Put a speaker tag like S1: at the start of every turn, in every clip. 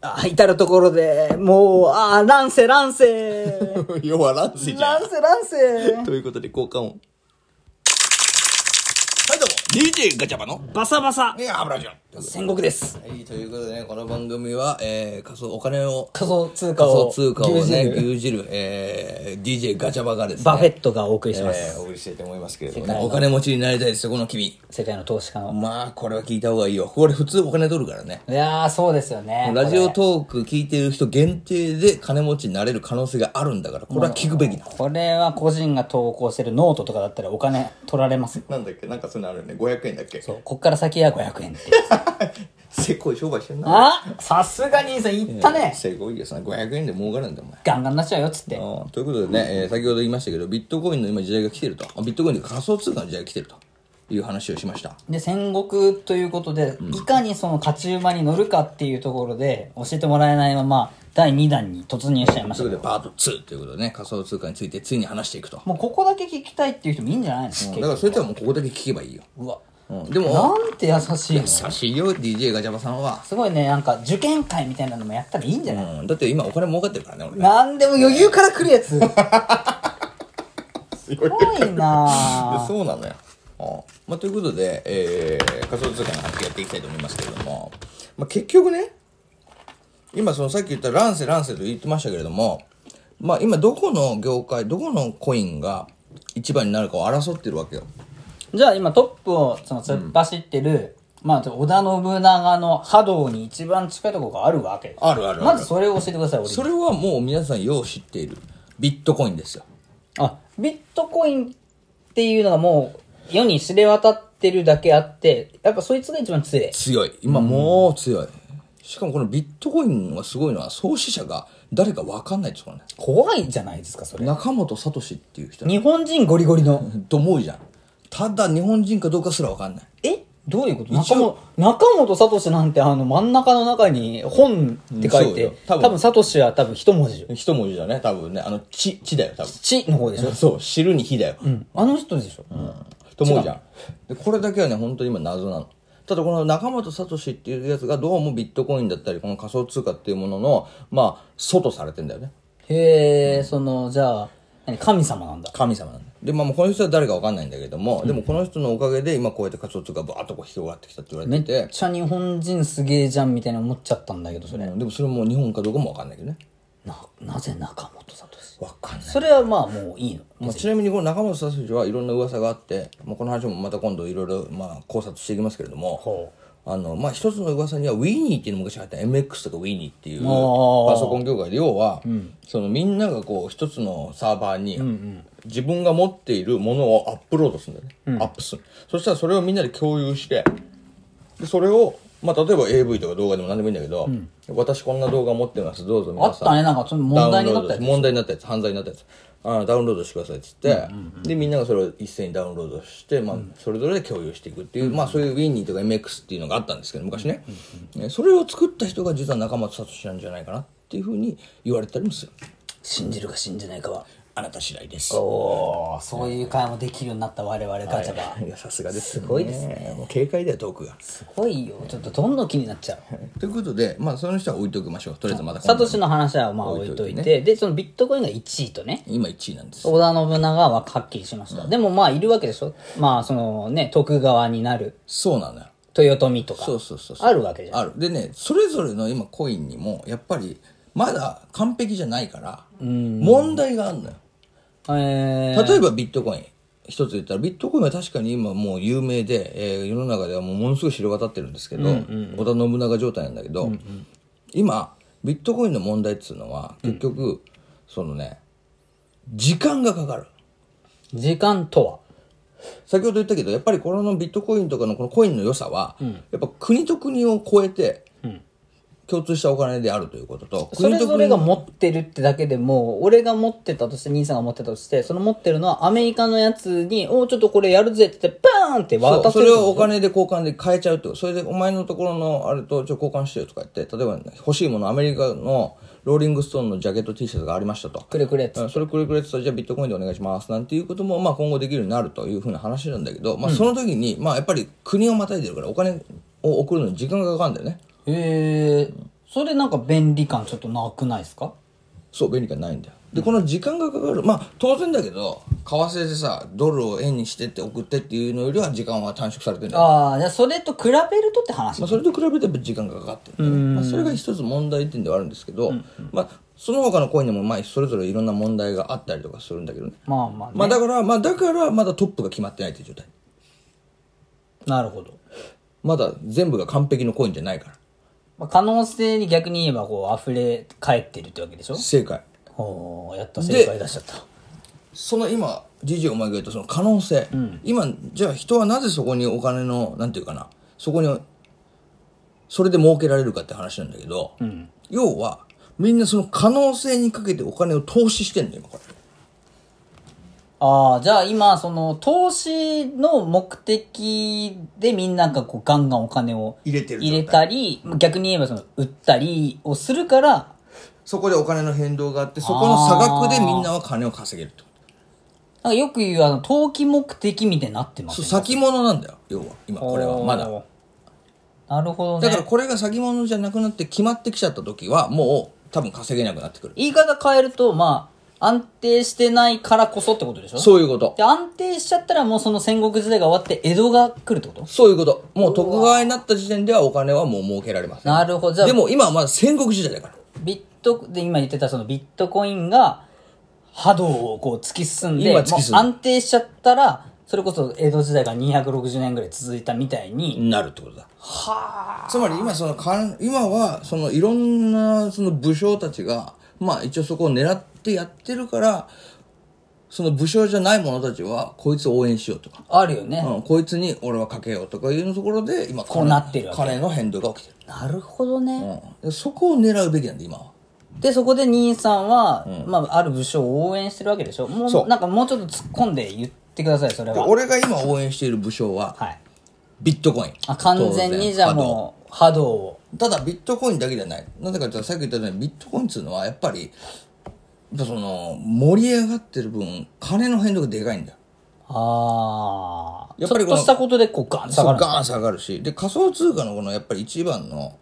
S1: あ至るところで、もう、ああ、乱世乱世
S2: 要はランスじゃん
S1: 乱。世乱世
S2: ということで交換音。はい、どうも、DJ ガチャバの、
S1: バサバサ
S2: えー、油じゃん。
S1: 戦国です。
S2: はい、ということでね、この番組は、えー、仮想、お金を、
S1: 仮想通貨
S2: 仮
S1: を
S2: 想通貨をね、
S1: 牛耳る
S2: 牛耳る、えー、DJ ガチャバがですね、
S1: バフェ
S2: ト
S1: ットがお送りしま
S2: えー、
S1: す。
S2: お送りしたいと思いますけれど
S1: 世
S2: も
S1: 界
S2: ね、
S1: の
S2: お金持ちになりたいですよ、この君。
S1: 世界の投資家の。
S2: まあ、これは聞いた方がいいよ。これ普通お金取るからね。
S1: いやー、そうですよね。
S2: ラジオ
S1: こ
S2: トーク聞いてる人限定で金持ちになれる可能性があるんだから、これは聞くべきだ。
S1: れこれは個人が投稿してるノートとかだったらお金取られます。
S2: なんだっけなんかそういうのあるよね。500円だっけ
S1: そう、こっから先は500円って。
S2: せこい商売してん な。
S1: あさすがにさん言ったね。
S2: せこいよ、そんな500円で儲かるんだよ、お前。
S1: ガンガンなっちゃうよっつって。
S2: あーということでね、えー先ほど言いましたけど、ビットコインの今時代が来てると。あビットコインで仮想通貨の時代が来てるという話をしました。
S1: で、戦国ということで、いかにその勝ち馬に乗るかっていうところで、教えてもらえないまま、第2弾に突入しちゃいまし
S2: と
S1: た
S2: いう
S1: け
S2: こ
S1: ど。
S2: とで、パート2ということでね、仮想通貨についてついに話していくと。
S1: もうここだけ聞きたいっていう人もいいんじゃないの
S2: うんだからそれとはもうここだけ聞けばいいよ。
S1: うわ。
S2: うん、でも、
S1: なんて優しいの。す
S2: 優しいよ、DJ ガチャバさんは。
S1: ごいね、なんか受験会みたいなのもやったらいいんじゃない、
S2: うん、だって今お金儲かってるからね、俺ね。
S1: なんでも余裕から来るや つ。すごいなぁ。
S2: そうなのよ。あまあ、ということで、えー仮想通貨の話やっていきたいと思いますけれども、まあ、結局ね、今そのさっき言った乱世乱世と言ってましたけれども、まあ、今どこの業界、どこのコインが一番になるかを争ってるわけよ。
S1: じゃあ今トップをその突っ走ってる、まあ、織田信長の波動に一番近いところがあるわけです
S2: あるあるある
S1: まずそれを教えてください、俺に
S2: それはもう皆さんよう知っているビットコインですよ。
S1: あ、ビットコインっていうのがもう世に知れ渡ってるだけあって、やっぱそいつが一番強い。
S2: 強い。今もう強い。しかもこのビットコインがすごいのは創始者が誰かわかんないってところね。
S1: 怖いじゃないですか、それ。
S2: 中本聡っていう人だ
S1: 日本人ゴリゴリの。
S2: と思うじゃん。ただ日本人かどうかすらわかんない。
S1: えどういうこと
S2: 一
S1: 中
S2: 応
S1: 本、中本聡なんてあの真ん中の中に本って書い
S2: そう
S1: て
S2: よ、多
S1: 多分
S2: 分
S1: 聡は多分一文字よ。
S2: 一文字だね、多分ね。あの、ち、ちだよ、多分。
S1: ちの方でしょ
S2: そう、知るに火だよ。
S1: うん。あの人でしょ
S2: と思うじゃん。で、これだけはね、本当に今謎なの。ただこの中本聡っていうやつがどうもビットコインだったり、この仮想通貨っていうものの、まあ、外されてんだよね。
S1: へえ、その、じゃあ、何神様なんだ。
S2: 神様なんだよ。で、まあもうこの人は誰かわかんないんだけども、でもこの人のおかげで今こうやって仮想通貨がバーッとこう広がってきたって言われ
S1: め
S2: て、
S1: ってちゃ日本人すげえじゃんみたいな思っちゃったんだけど、それ。
S2: うんでもそれも日本かどうかもわかんないけどね。
S1: な、なぜ中本聡
S2: わかんない。
S1: それはまあもういいの。
S2: まあ、ちなみにこの中本さんはいろんな噂があって、まあ、この話もまた今度いろいろまあ考察していきますけれども
S1: ほ
S2: あの、まあ、一つの噂にはウィニーっていうのが昔入った MX とかウィニーっていうパ
S1: ー
S2: ソコン業界で要は、そのみんながこう一つのサーバーに自分が持っているものをアップロードするんだよね、アップするそしたらそれをみんなで共有してでそれを、まあ、例えば AV とか動画でも何でもいいんだけど、私こんな動画持ってますどうぞ皆
S1: あ
S2: さん
S1: ったね、なんかその問題になったやつ。
S2: 問題になったやつ犯罪になったやつあのダウンロードしてくださいっつって、でみんながそれを一斉にダウンロードして、まあ、それぞれで共有していくっていう、まあ、そういう Winnie とか MX っていうのがあったんですけど昔ね、えそれを作った人が実は中松聡なんじゃないかなっていうふうに言われてたりもする
S1: 信じるか信じないかは。
S2: あなた次第です
S1: おー、そういう会話もできるようになった我々ガチャが。
S2: いやさすがです、す
S1: ごいです
S2: ねもう警戒だよトークが
S1: すごいよ。ちょっとどんどん気になっちゃう。
S2: ということでまあその人は置いておきましょうとりあえずまた今
S1: サ
S2: 度
S1: トシの話はまあ置いといて、で、そのビットコインが1位とね。
S2: 今1位なんです
S1: 織田信長ははっきりしました。でもまあいるわけでしょまあそのね、徳川になる、
S2: そうなのよ
S1: 豊臣とか。
S2: そうそうそうそう
S1: あるわけじゃん。
S2: あるでねそれぞれの今コインにもやっぱりまだ完璧じゃないから問題があるのよ
S1: えー、
S2: 例えばビットコイン一つ言ったらビットコインは確かに今もう有名で、えー世の中ではもうものすごい知れ渡ってるんですけど、織田信長状態なんだけど、今ビットコインの問題っつうのは結局、そのね時間がかかる
S1: 時間とは
S2: 先ほど言ったけどやっぱりこのビットコインとかのこのコインの良さは、やっぱ国と国を超えて、共通したお金であるということと
S1: そ
S2: 国
S1: れ
S2: と
S1: ぞ
S2: 国
S1: れ
S2: の
S1: が持ってるってだけでも、俺が持ってたとして、兄さんが持ってたとして、その持ってるのはアメリカのやつに、おうちょっとこれやるぜって言って、バーンって
S2: そ
S1: 渡
S2: う
S1: せ
S2: そ
S1: る
S2: れをお金で交換で買えちゃうってことそれでお前のところのあれとちょ交換してよとか言って例えば、ね、欲しいものアメリカのローリングストーンのジャケット T シャツがありましたと
S1: くれくれっつ
S2: うんそれくれくれって言ったらじゃあビットコインでお願いしますなんていうこともまあ今後できるようになるというふうな話なんだけど、まあ、その時にまあやっぱり国をまたいでるからお金を送るのに時間がかかるんだよね
S1: へえ、それなんか便利感ちょっとなくないですか
S2: そう便利がないんだよでこの時間がかかるまあ当然だけど為替でさドルを円にしてって送ってっていうのよりは時間は短縮されてるんだよ
S1: ああ、じゃあそれと比べるとって話
S2: まあ、それと比べてやっぱ時間がかかってるんで、まあ、それが一つ問題点ではあるんですけど、まあ、その他のコインでもまあそれぞれいろんな問題があったりとかするんだけどね、
S1: まあまあね。
S2: まあ、だから、まあ、だからまだトップが決まってないという状態
S1: なるほど。
S2: まだ全部が完璧のコインじゃないから
S1: まあ、可能性に逆に言えばこう溢れ返ってるってわけでしょ
S2: 正解
S1: おーやった正解出しちゃった。
S2: その今時事を前が言ったその可能性、今じゃあ人はなぜそこにお金のなんていうかなそこにそれで儲けられるかって話なんだけど、要はみんなその可能性にかけてお金を投資してんの今これ
S1: ああ、じゃあ今、その、投資の目的でみんながこうガンガンお金を
S2: 入れてる状態
S1: 入れたり、逆に言えばその、売ったりをするから、
S2: そこでお金の変動があってそこの差額でみんなは金を稼げると
S1: なんかよく言うあの、投機目的みたいになってます
S2: そう
S1: ね。
S2: 先物なんだよ要は今これはまだ
S1: おー。なるほどね。
S2: だからこれが先物じゃなくなって決まってきちゃった時はもう多分稼げなくなってくる
S1: 言い方変えると、まあ、安定してないからこそってことでしょ
S2: そういうこと
S1: で、安定しちゃったらもうその戦国時代が終わって江戸が来るってこと
S2: そういうこともう徳川になった時点ではお金はもう儲けられません
S1: なるほど。じゃあ、
S2: でも今はまだ戦国時代だから
S1: ビット、で、今言ってたそのビットコインが波動をこう突き進んで、
S2: 今突き進む
S1: もう安定しちゃったら、それこそ江戸時代が260年ぐらい続いたみたいに、
S2: なるってことだつまり今そのかん今はそのいろんなその武将たちがまあ一応そこを狙ってやってるからその武将じゃない者たちはこいつを応援しようとか
S1: あるよね。
S2: うん、こいつに俺はかけようとかいうところで今
S1: こうなってるわけ
S2: 金の変動が起きて
S1: なるほどね。
S2: る、うん、そこを狙うべきなんで今は
S1: で、そこで兄さんは、まあ、ある武将を応援してるわけでしょも
S2: そう
S1: う、なんかもうちょっと突っ込んで言ってください、それ
S2: で
S1: は。
S2: 俺が今応援している武将は
S1: はい。
S2: ビットコイン
S1: あ、完全にじゃあもう、波動を。
S2: うただビットコインだけじゃないなぜかというとさっき言ったようにビットコインっていうのはやっぱりその盛り上がってる分金の変動がでかいんだよ
S1: ああ。
S2: やっぱり
S1: ちょ
S2: こ
S1: っと
S2: の
S1: したことで、こう、ガン下が
S2: そう
S1: る。
S2: ガーン下がるしで仮想通貨のこのやっぱり一番の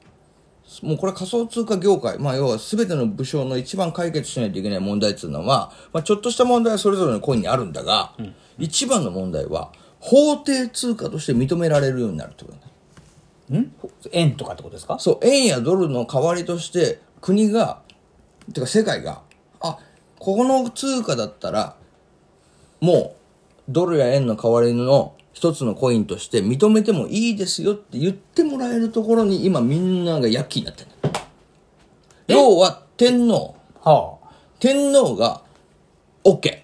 S2: もうこれ仮想通貨業界、まあ、要は全ての武将の一番解決しないといけない問題っていうのは、まあ、ちょっとした問題はそれぞれのコインにあるんだが、一番の問題は法定通貨として認められるようになるってことだね
S1: ん円とかってことですか
S2: そう円やドルの代わりとして国がてか世界があここの通貨だったらもうドルや円の代わりの一つのコインとして認めてもいいですよって言ってもらえるところに今みんなが躍起になってる要は天皇
S1: はあ。
S2: 天皇が OK っていう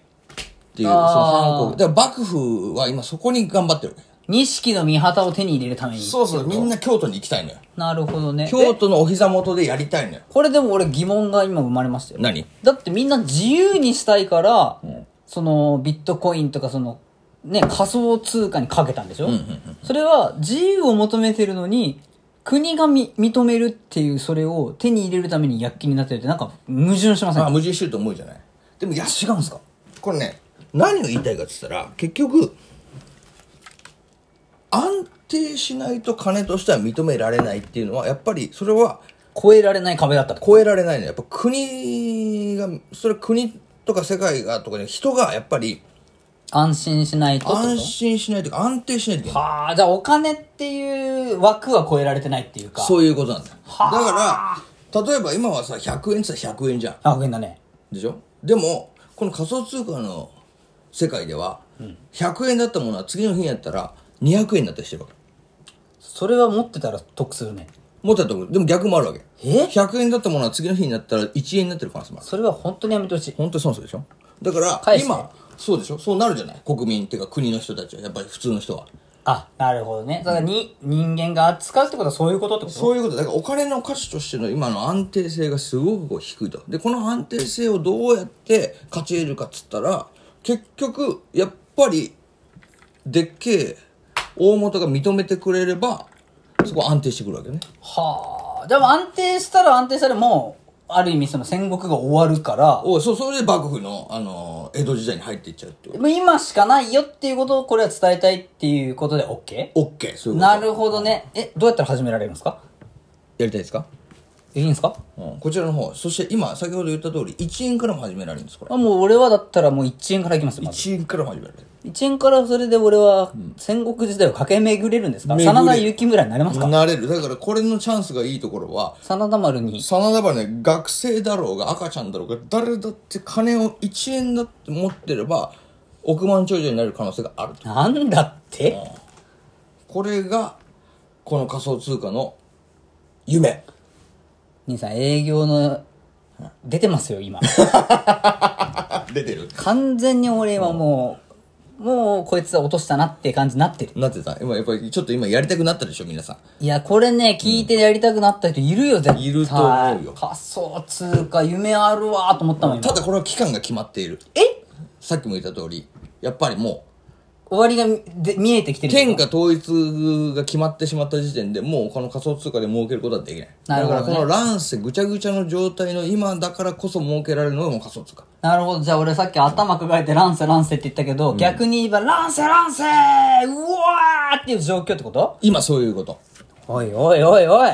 S2: その
S1: あー
S2: 反抗だから幕府は今そこに頑張ってる
S1: 錦の御旗を手に入れるために。
S2: そうそうみんな京都に行きたいのよ
S1: なるほどね。
S2: 京
S1: え
S2: 都のお膝元でやりたいのよ
S1: これでも俺疑問が今生まれましたよ。
S2: 何
S1: だってみんな自由にしたいから、そのビットコインとかその、ね、仮想通貨にかけたんでしょ、それは自由を求めてるのに、国がみ認めるっていうそれを手に入れるために躍起になってるってなんか矛盾してません
S2: ま
S1: か
S2: あ矛盾してると思うじゃないでもいや違うんです
S1: か
S2: これね何を言いたいかって言ったら結局安定しないと金としては認められないっていうのはやっぱりそれは
S1: 超えられない壁だったと。
S2: 超えられないのやっぱ国がそれ国とか世界がとかね人がやっぱり
S1: 安心しないとってこと
S2: 安心しないというか安定しないといけない
S1: はあ、じゃあお金っていう枠は超えられてないっていうか。
S2: そういうことなんだよだから例えば今はさ100円って言ったら100円じゃん
S1: あ、ごめんだね。
S2: でしょでもこの仮想通貨の世界では100円だったものは次の日にやったら200円になったりしてるわけ
S1: それは持ってたら得するね。
S2: もっとやったらでも逆もあるわけ
S1: え
S2: 100円だったものは次の日になったら1円になってる可能性もある
S1: それは本当にやめてほしい。
S2: 本当に損するでしょだから
S1: 返して
S2: 今そうでしょそうなるじゃない国民っていうか国の人たちはやっぱり普通の人は
S1: あ、なるほどね。だからに、人間が扱うってことはそういうことってこと
S2: そういうことだからお金の価値としての今の安定性がすごくこう低いとでこの安定性をどうやって勝ち得るかっつったら結局やっぱりでっけえ大元が認めてくれればそこは安定してくるわけね
S1: はあ。じゃあもう安定したら安定したらもう、ある意味その戦国が終わるから、
S2: おそうそれで幕府の、あのー江戸時代に入っていっちゃうっていう
S1: もう今しかないよっていうことをこれは伝えたいっていうことで OK?
S2: オッケーそういうこと
S1: なるほどね。え、どうやったら始められるんですか
S2: やりたいですか
S1: いいんですか
S2: うんこちらの方。そして今、先ほど言った通り、1円からも始められるんです、これ。
S1: あもう俺はだったらもう1円からいきますよ、まず。
S2: 1円からも始められる。
S1: 1円からそれで俺は戦国時代を駆け巡れるんですか
S2: 巡れ
S1: 真田幸村になれますか
S2: なれる。だから、これのチャンスがいいところは、
S1: 真田丸に。
S2: 真田はね、学生だろうが赤ちゃんだろうが、誰だって金を1円だって持ってれば、億万長者になる可能性があると。
S1: なんだって
S2: これが、この仮想通貨の夢。
S1: 兄さん営業の、出てますよ、今。
S2: 出てる
S1: 完全に俺はもう、もうこいつは落としたなって感じになってる。
S2: なってた今、やっぱりちょっと今やりたくなったでしょ、皆さん。
S1: いや、これね、聞いてやりたくなった人いるよ、絶対。
S2: いると思うよ
S1: 仮想通貨、夢あるわーと思ったもん、今
S2: ただこれは期間が決まっている。
S1: え
S2: さっきも言った通り、やっぱりも
S1: 終わりが見で見えてきて
S2: う、
S1: る。
S2: 天下統一が決まってしまった時点でもうこの仮想通貨で儲けることはできない。
S1: なるほどね
S2: だからこの乱世ぐちゃぐちゃの状態の今だからこそ儲けられるのがもう仮想通貨。
S1: なるほど。じゃあ俺さっき頭抱えてランセランセって言ったけど、逆に言えばランセランセーうわーっていう状況ってこと
S2: 今そういうこと。
S1: おいおいおいおい。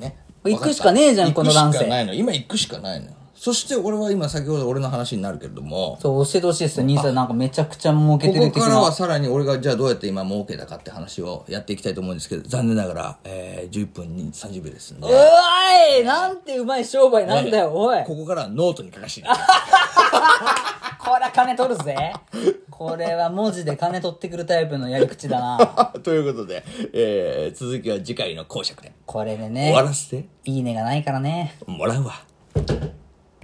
S2: ね。
S1: 行くしかねえじゃん
S2: わかっ
S1: こ
S2: た
S1: の乱世
S2: 行くしかないの。今行くしかないの。そして俺は今先ほど俺の話になるけれども、
S1: そう、教えてほしいですよ。兄さんなんかめちゃくちゃ儲け
S2: こ
S1: てる
S2: こ
S1: 的
S2: から
S1: な
S2: は。さらに俺がじゃあどうやって今儲けたかって話をやっていきたいと思うんですけど、残念ながら、えー、11分に30秒ですんで
S1: う。わいなんてうまい商売なんだよ、おい
S2: ここからはノートに書かせていただきます
S1: これは金取るぜ。これは文字で金取ってくるタイプのやり口だな。
S2: ということで、えー続きは次回の講釈で
S1: これで
S2: 終
S1: ね
S2: わ、らせて
S1: いいねがないからね。
S2: もらうわ。